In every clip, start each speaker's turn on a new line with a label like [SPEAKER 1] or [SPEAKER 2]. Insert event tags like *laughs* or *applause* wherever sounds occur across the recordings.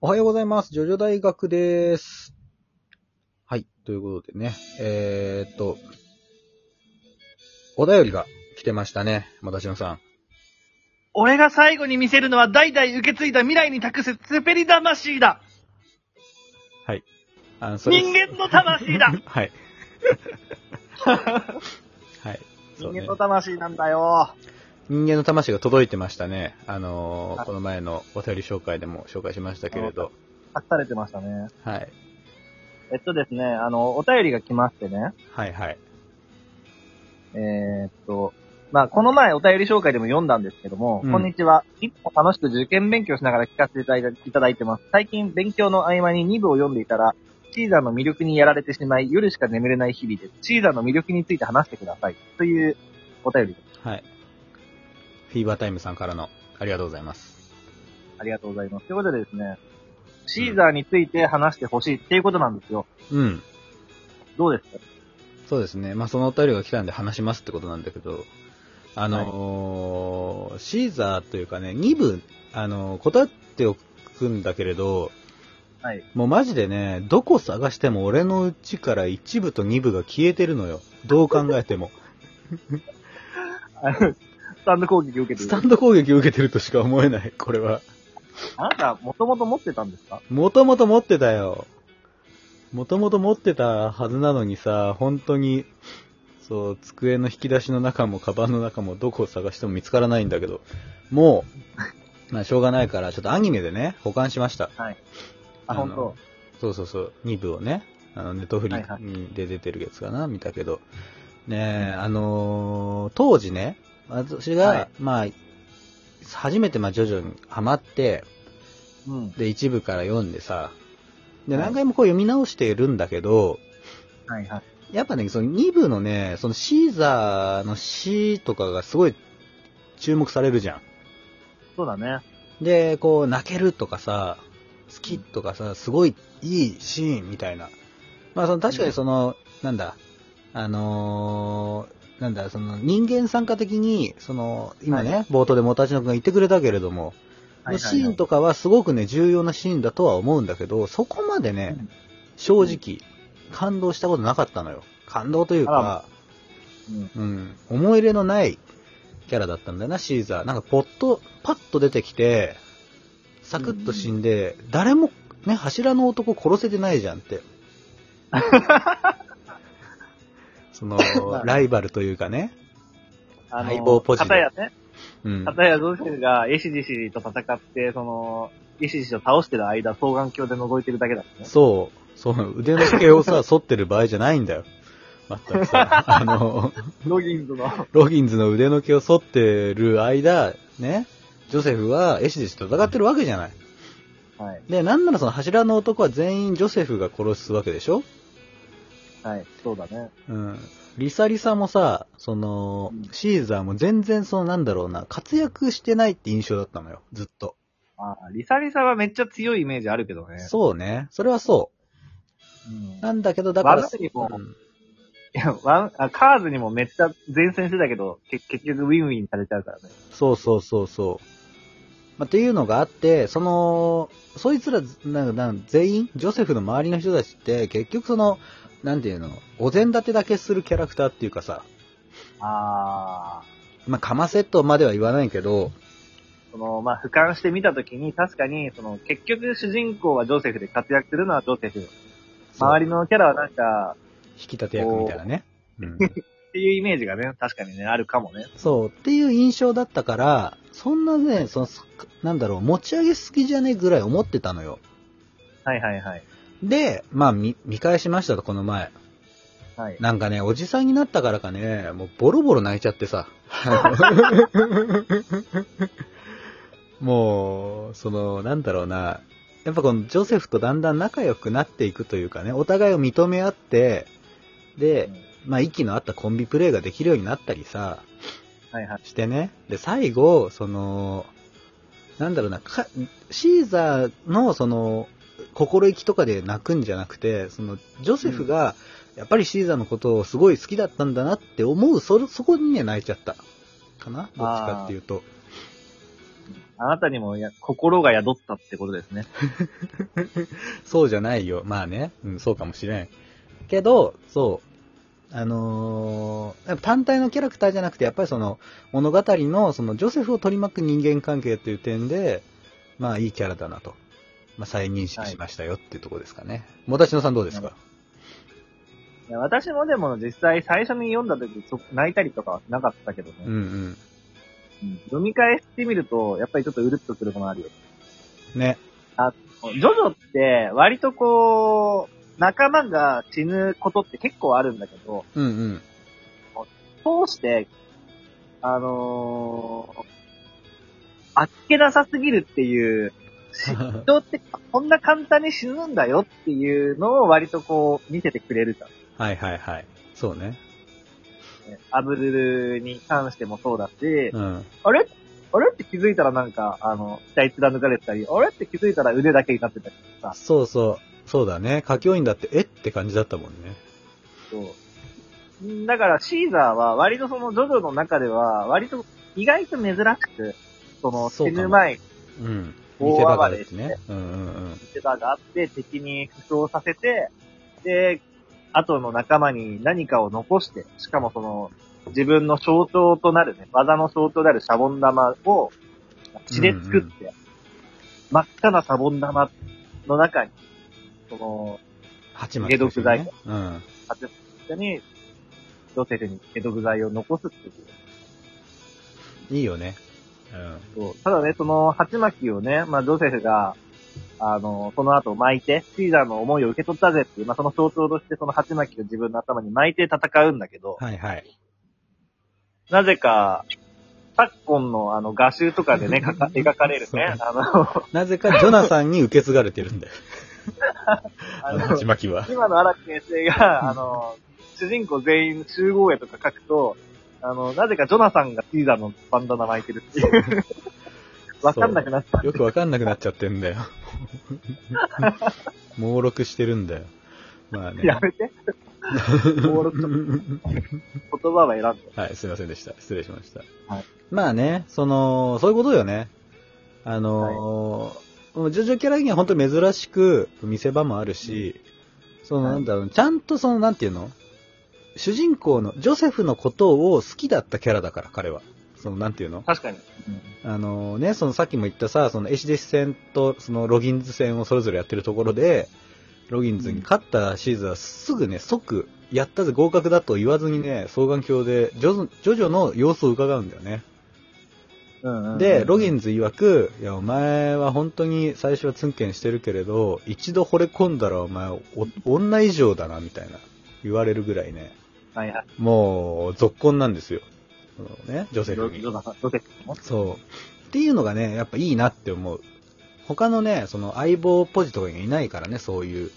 [SPEAKER 1] おはようございます。ジョジョ大学です。はい。ということでね。えー、っと、お便りが来てましたね。またしのさん。
[SPEAKER 2] 俺が最後に見せるのは代々受け継いだ未来に託すツペリ魂だ
[SPEAKER 1] あの、それ
[SPEAKER 2] 人間の魂だ
[SPEAKER 1] はい。はい。 *laughs* そ
[SPEAKER 2] 人
[SPEAKER 1] うね
[SPEAKER 2] 間の魂なんだよ。
[SPEAKER 1] 人間の魂が届いてましたね。あのー
[SPEAKER 2] はい
[SPEAKER 1] この前のお便り紹介でも紹介しましたけれど。
[SPEAKER 2] 託されてましたね。
[SPEAKER 1] はい。
[SPEAKER 2] えっとですね、あの、お便りが来ましてね。
[SPEAKER 1] はいはい。
[SPEAKER 2] えーっと、まあ、この前お便り紹介でも読んだんですけども、
[SPEAKER 1] うん
[SPEAKER 2] こんにちは。いつも楽しく受験勉強しながら聞かせていただいていただいてます。最近勉強の合間に2部を読んでいたら、シーザーの魅力にやられてしまい、夜しか眠れない日々です。シーザーの魅力について話してください。というお便りです。
[SPEAKER 1] はい。フィーバータイムさんからの、ありがとうございます。
[SPEAKER 2] ありがとうございます。ということでですね、シーザーについて話してほしいっていうことなんですよ。
[SPEAKER 1] うん。
[SPEAKER 2] どうですか *laughs*
[SPEAKER 1] そうですね。まあ、そのお便りが来たんで話しますってことなんだけど、あのーシーザーというかね、2部、あのー、断っておくんだけれど、
[SPEAKER 2] はい。
[SPEAKER 1] もうマジでね、どこ探しても俺のうちから1部と2部が消えてるのよ。どう考えて
[SPEAKER 2] *laughs*
[SPEAKER 1] も。
[SPEAKER 2] あのスタンド攻撃を受けて
[SPEAKER 1] ス
[SPEAKER 2] い
[SPEAKER 1] タ
[SPEAKER 2] る。
[SPEAKER 1] ンド攻撃を受けてるとしか思えない、これは。
[SPEAKER 2] あなた、もともと持ってたんですか
[SPEAKER 1] もともと持ってたよ。もともと持ってたはずなのにさ、本当に、そう、机の引き出しの中も、カバンの中も、どこを探しても見つからないんだけど、もう、まあ、しょうがないから、ちょっとアニメでね、保管しました。
[SPEAKER 2] あ、
[SPEAKER 1] あの
[SPEAKER 2] 本当。
[SPEAKER 1] そうそうそう、2部をね、あの、ネットフリ
[SPEAKER 2] はいは
[SPEAKER 1] で出てるやつかな、見たけど。ねえ、あのー当時ね、私が、
[SPEAKER 2] はい
[SPEAKER 1] まあ、初めて、まあ、徐々にハマって、
[SPEAKER 2] うん。
[SPEAKER 1] で、一部から読んでさ、で、
[SPEAKER 2] はい
[SPEAKER 1] 何回もこう読み直しているんだけど、
[SPEAKER 2] はいはい。
[SPEAKER 1] やっぱね、その2部のね、そのシーザーの死とかがすごい注目されるじゃ
[SPEAKER 2] そうだね。
[SPEAKER 1] ん。で、こう、泣けるとかさ、好きとかさ、すごいいいシーンみたいな。まあ、その確かにその、なんだ、あのーなんだ、その人間参加的に、その、今ね、冒頭でもたちのくんが言ってくれたけれども、
[SPEAKER 2] はいはいはい
[SPEAKER 1] のシーンとかはすごくね、重要なシーンだとは思うんだけど、そこまでね、正直、感動したことなかったのよ。感動という
[SPEAKER 2] あ
[SPEAKER 1] か、
[SPEAKER 2] うん。
[SPEAKER 1] うん、思い入れのないキャラだったんだよな、シーザー。なんか、ポッと、パッと出てきて、サクッと死んで、誰も、ね、柱の男殺せてないじゃん
[SPEAKER 2] *laughs*
[SPEAKER 1] って。その
[SPEAKER 2] まあ、ね
[SPEAKER 1] ライバルというかね。
[SPEAKER 2] あの
[SPEAKER 1] 相棒ポジで
[SPEAKER 2] 片やね、
[SPEAKER 1] うん。
[SPEAKER 2] 片やゾシルがエシジシと戦って、その、エシジシを倒してる間、双眼鏡で覗いてるだけだったね。
[SPEAKER 1] そう、その腕の毛をさ、剃ってる場合じゃないんだよ。まったく
[SPEAKER 2] *laughs*
[SPEAKER 1] さ、あの、
[SPEAKER 2] ロギンズの。
[SPEAKER 1] ロギンズの腕の毛を剃ってる間、ね、ジョセフはエシデシと戦ってるわけじゃない。
[SPEAKER 2] はい。
[SPEAKER 1] で、なんならその柱の男は全員ジョセフが殺すわけでしょ
[SPEAKER 2] はい。そうだね。
[SPEAKER 1] うん。リサリサもさ、その
[SPEAKER 2] う、ん
[SPEAKER 1] シーザーも全然そのなんだろうな、活躍してないって印象だったのよ、ずっと。
[SPEAKER 2] あーリサリサはめっちゃ強いイメージあるけどね。
[SPEAKER 1] そうね。それはそ
[SPEAKER 2] うん
[SPEAKER 1] う。なんだけど、だから
[SPEAKER 2] 悪い、も
[SPEAKER 1] うん
[SPEAKER 2] いや、ワン、あ、カーズにもめっちゃ前線してたけど、け結局ウィンウィンされちゃうからね。
[SPEAKER 1] そうそうそうそう。まあ、っていうのがあって、その、そいつら、なんかなん全員、ジョセフの周りの人たちって、結局その、なんていうの、お膳立てだけするキャラクターっていうかさ、
[SPEAKER 2] ああ。
[SPEAKER 1] まあ、かませとまでは言わないけど、
[SPEAKER 2] その、まあ、俯瞰してみたときに、確かに、その、結局主人公はジョセフで活躍するのはジョセフ。
[SPEAKER 1] そう
[SPEAKER 2] 周りのキャラはなんか、
[SPEAKER 1] 引き立て役みたいなね。うん、
[SPEAKER 2] っていうイメージがね、確かにね、あるかもね。
[SPEAKER 1] そう、っていう印象だったから、そんなね、その、なんだろう、持ち上げ好きじゃねえぐらい思ってたのよ。
[SPEAKER 2] はいはいはい。
[SPEAKER 1] で、まあ、見、見返しましたと、この前。
[SPEAKER 2] はい。
[SPEAKER 1] なんかね、おじさんになったからかね、もうボロボロ泣いちゃってさ。 *laughs* もう、その、なんだろうな。やっぱこのジョセフとだんだん仲良くなっていくというかね、お互いを認め合って、で、まあ息の合ったコンビプレーができるようになったりさ、
[SPEAKER 2] はいはい。
[SPEAKER 1] してね。で、最後、その、なんだろうな、かシーザーの、その、心意気とかで泣くんじゃなくて、その、ジョセフが、やっぱりシーザーのことをすごい好きだったんだなって思う、そ、そこにね、泣いちゃった。かなどっちかっていうと。
[SPEAKER 2] あなたにもや心が宿ったってことですね。
[SPEAKER 1] そうじゃないよ。まあね。うん、そうかもしれん。けど、そう。あのーやっぱ単体のキャラクターじゃなくて、やっぱりその、物語の、その、ジョセフを取り巻く人間関係という点で、まあ、いいキャラだなと。まあ、再認識しましたよっていうところですかね。もたしのさんどうですか
[SPEAKER 2] いや私もでも実際最初に読んだ時そ泣いたりとかはなかったけどね、
[SPEAKER 1] うんうん。
[SPEAKER 2] うん読み返してみると、やっぱりちょっとうるっとくるものあるよ。
[SPEAKER 1] ね。
[SPEAKER 2] ジョジョって割とこう、仲間が死ぬことって結構あるんだけど、
[SPEAKER 1] うんうん。 *laughs*
[SPEAKER 2] 通して、あのー、あっけなさすぎるっていう、人ってこんな簡単に死ぬんだよっていうのを割とこう見せてくれるじゃん。
[SPEAKER 1] はいはいはい。そうね。
[SPEAKER 2] アブルルに関してもそうだし、
[SPEAKER 1] うん。
[SPEAKER 2] あれあれって気づいたらなんか、あの、額貫かれてたり、あれって気づいたら腕だけになってたりとか、
[SPEAKER 1] そうそう。そうだね。歌教員だって、えって感じだったもんね。
[SPEAKER 2] そう。だからシーザーは割とそのジョジョの中では、割と意外と珍しく、その
[SPEAKER 1] そう
[SPEAKER 2] 死
[SPEAKER 1] かも
[SPEAKER 2] ぬ前に
[SPEAKER 1] うん。見せ
[SPEAKER 2] 大
[SPEAKER 1] 場
[SPEAKER 2] 暴
[SPEAKER 1] が
[SPEAKER 2] れ
[SPEAKER 1] ですね。うんうんうん。
[SPEAKER 2] シーザーがあって敵に負傷させて、で、後の仲間に何かを残して、しかもその、自分の象徴となるね、技の象徴であるシャボン玉を血で作って、真っ赤なシャボン玉の中に、その、
[SPEAKER 1] 八
[SPEAKER 2] 解毒剤
[SPEAKER 1] うん。
[SPEAKER 2] 一緒に、ドセルに解毒剤を残すっていう。
[SPEAKER 1] いいよね。うん。
[SPEAKER 2] そうただね、その、鉢巻きをね、まあ、ジョセフが、あの、その後巻いて、シーザーの思いを受け取ったぜっていう、まあ、その象徴としてその鉢巻きを自分の頭に巻いて戦うんだけど、
[SPEAKER 1] はいはい。
[SPEAKER 2] なぜか、昨今のあの画集とかで
[SPEAKER 1] *laughs*
[SPEAKER 2] ね、かか描かれるね、あの、
[SPEAKER 1] なぜかジョナさんに受け継がれてるんだよ。
[SPEAKER 2] あ
[SPEAKER 1] *laughs* あの、
[SPEAKER 2] の
[SPEAKER 1] 鉢巻きは。
[SPEAKER 2] 今の荒木先生
[SPEAKER 1] *laughs*
[SPEAKER 2] が、あの、主人公全員集合絵とか描くと、あの、なぜかジョナさんがシーザーのバンダナ巻いてるっていう。わかんなくなった。
[SPEAKER 1] よくわかんなくなっちゃってんだ *laughs* よ。猛録してるんだよ。まあね。
[SPEAKER 2] や
[SPEAKER 1] *laughs*
[SPEAKER 2] めて。登録と言葉は選んで。
[SPEAKER 1] はい、すいませんでした。失礼しました。
[SPEAKER 2] はい
[SPEAKER 1] まあね、その、そういうことよね。あのーもうジョジョキャラには本当に珍しく見せ場もあるし、その
[SPEAKER 2] はい
[SPEAKER 1] なんだろう、ちゃんとその、なんていうの主人公の、ジョセフのことを好きだったキャラだから、彼は。その、なんていうの
[SPEAKER 2] 確かに。
[SPEAKER 1] あのね、そのさっきも言ったさ、そのエシデス戦とそのロギンズ戦をそれぞれやってるところで、ロギンズに勝ったシーズンはすぐね、即、やったぜ合格だと言わずにね、双眼鏡でジョズジョジョの様子を伺うんだよね。
[SPEAKER 2] うんうん
[SPEAKER 1] で、ロギン
[SPEAKER 2] ズ。
[SPEAKER 1] ズ曰く、いや、お前は本当に最初はツンケンしてるけれど、一度惚れ込んだらお前、お女以上だな、みたいな、言われるぐらいね、
[SPEAKER 2] はいはい。
[SPEAKER 1] もう、続婚なんですよ。そのね、女性
[SPEAKER 2] ロギンズ。ロケットも
[SPEAKER 1] そう。っていうのがね、やっぱいいなって思う。他のね、その相棒ポジとかにはいないからね、そういう。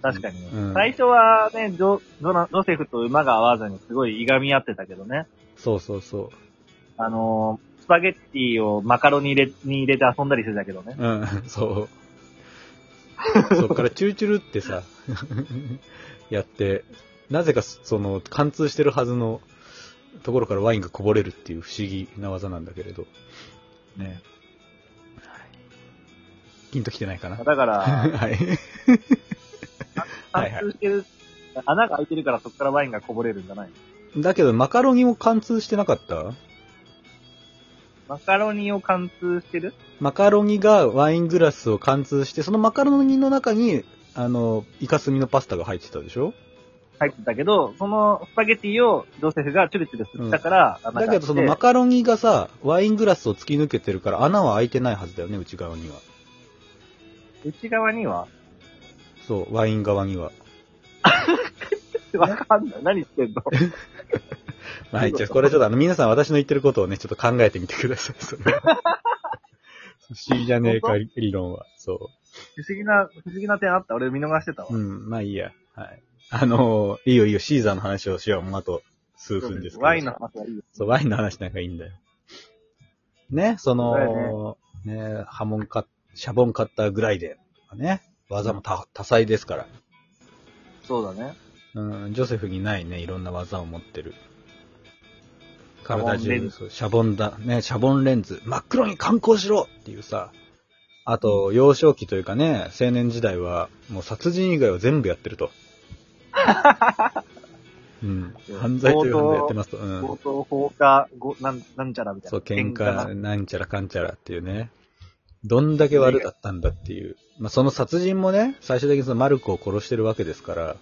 [SPEAKER 2] 確かにね
[SPEAKER 1] うん。
[SPEAKER 2] 最初はね、ジョ、ジョナ、ジョセフと馬が合わずにすごいいがみ合ってたけどね。
[SPEAKER 1] そうそうそ
[SPEAKER 2] あのー、スパゲッティをマカロニ入れに入れて遊んだりしてたけどね。
[SPEAKER 1] う。うん、 *laughs* そう。そっからチュルチュルってさ、 *laughs* やって、なぜかその貫通してるはずのところからワインがこぼれるっていう不思議な技なんだけれど。ね。ピンときてないかな。
[SPEAKER 2] だか
[SPEAKER 1] *laughs*
[SPEAKER 2] ら、
[SPEAKER 1] はい。はいはい
[SPEAKER 2] 貫通してる、穴が開いてるからそこからワインがこぼれるんじゃないの
[SPEAKER 1] だけどマカロニも貫通してなかった
[SPEAKER 2] マカロニを貫通してる
[SPEAKER 1] マカロニがワイングラスを貫通して、そのマカロニの中に、あの、イカスミのパスタが入ってたでしょ
[SPEAKER 2] 入ってたけど、そのスパゲッティをジョセフがチュルチュル吸ったから、穴が開い
[SPEAKER 1] だけ
[SPEAKER 2] て
[SPEAKER 1] どそのマカロニがさ、ワイングラスを突き抜けてるから穴は開いてないはずだよね、内側には。
[SPEAKER 2] 内側には、
[SPEAKER 1] そう、ワイン側には。
[SPEAKER 2] わかんない。何言って
[SPEAKER 1] *laughs*
[SPEAKER 2] んの
[SPEAKER 1] はい、じゃあこれちょっとあの、皆さん私の言ってることをね、ちょっと考えてみてください、それ不思議じゃねえか、理論は。そ
[SPEAKER 2] 不思議な、不思議な点あった。俺見逃してたわ。
[SPEAKER 1] う。うん、まあいいや。はい。あのいいよいいよ、シーザーの話をしよう。もうあと数分ですけど。
[SPEAKER 2] ワインの話はいいよ。
[SPEAKER 1] そう、ワインの話なんかいいんだよ。ね、その、ねハモンカシャボンカッターぐらいで、ね、技も多多彩ですから。
[SPEAKER 2] そうだね。
[SPEAKER 1] うん、ジョセフにないね、いろんな技を持ってる。体
[SPEAKER 2] シャボンレ
[SPEAKER 1] 中、
[SPEAKER 2] ンズ
[SPEAKER 1] そうシャボンだ、ね、シャボンレンズ、真っ黒に観光しろっていうさ、あと、幼少期というかね、青年時代は、もう殺人以外は全部やってる
[SPEAKER 2] *laughs*
[SPEAKER 1] と。うん。犯罪という犯罪やってますと。うん
[SPEAKER 2] 強。盗放火、ごなんなんちゃらみたいな。
[SPEAKER 1] そう、喧
[SPEAKER 2] な
[SPEAKER 1] 嘩、なんちゃらかんちゃらっていうね。どんだけ悪かったんだっていう。まあ、その殺人もね、最終的にそのマルコを殺してるわけですから、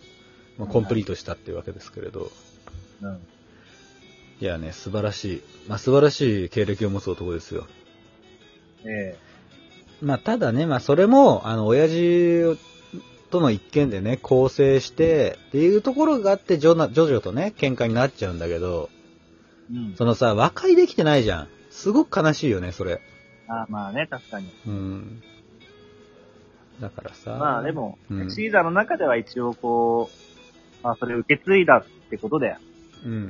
[SPEAKER 1] まあ、コンプリートしたっていうわけですけれど。
[SPEAKER 2] うん。
[SPEAKER 1] いやね、素晴らしい。まあ、素晴らしい経歴を持つ男ですよ。
[SPEAKER 2] え
[SPEAKER 1] まあ、ただね、まあ、それも、あの、親父との一件でね、構成して、っていうところがあって、ジョナ、ジョジョとね、喧嘩になっちゃうんだけど、
[SPEAKER 2] えうん。
[SPEAKER 1] そのさ、和解できてないじゃん。すごく悲しいよね、それ。
[SPEAKER 2] あまあね、確かに。
[SPEAKER 1] うん。だからさ。
[SPEAKER 2] まあで。も、
[SPEAKER 1] うん
[SPEAKER 2] シーザーの中では一応こう、まあそれを受け継いだってことで、
[SPEAKER 1] うん。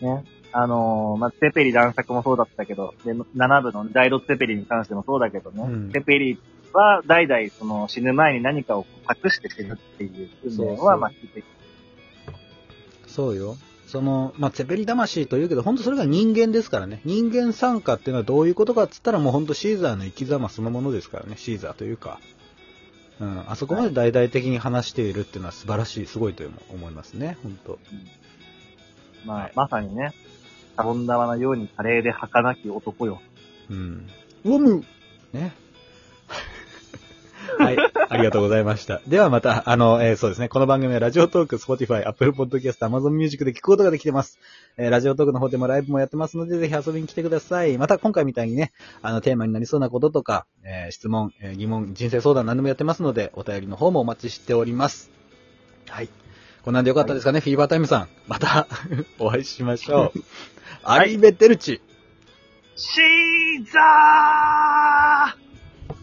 [SPEAKER 2] ね。あのーまあ、テペリ男作もそうだったけど、で、7部のダイロテペリに関してもそうだけどね、
[SPEAKER 1] うん
[SPEAKER 2] テペリは代々その死ぬ前に何かを隠して死ぬっていう運命
[SPEAKER 1] そうそう
[SPEAKER 2] は、まあ、引いてき
[SPEAKER 1] そうよ。その、まあ、セペリ魂というけど、本当それが人間ですからね。人間参加っていうのはどういうことかっつったら、もう本当シーザーの生き様そのものですからね、シーザーというか。うん、あそこまで大々的に話しているっていうのは素晴らしい、すごいと思いますね、本当。
[SPEAKER 2] まあ、
[SPEAKER 1] はい
[SPEAKER 2] まさにね、シャボン玉のように華麗で儚き男よ。
[SPEAKER 1] うん。ウォム *laughs* ね。はい。ありがとうございました。ではまた、あの、えーそうですね。この番組はラジオトーク、Spotify、Apple Podcast、Amazon Music で聞くことができてます。えーラジオトークの方でもライブもやってますので、ぜひ遊びに来てください。また今回みたいにね、あの、テーマになりそうなこととか、えー質問、えー疑問、人生相談何でもやってますので、お便りの方もお待ちしております。はい。こんなんでよかったですかね、フィーバータイムさん。また、 *laughs* お会いしましょう。アリーベッテルチ。
[SPEAKER 2] シーザー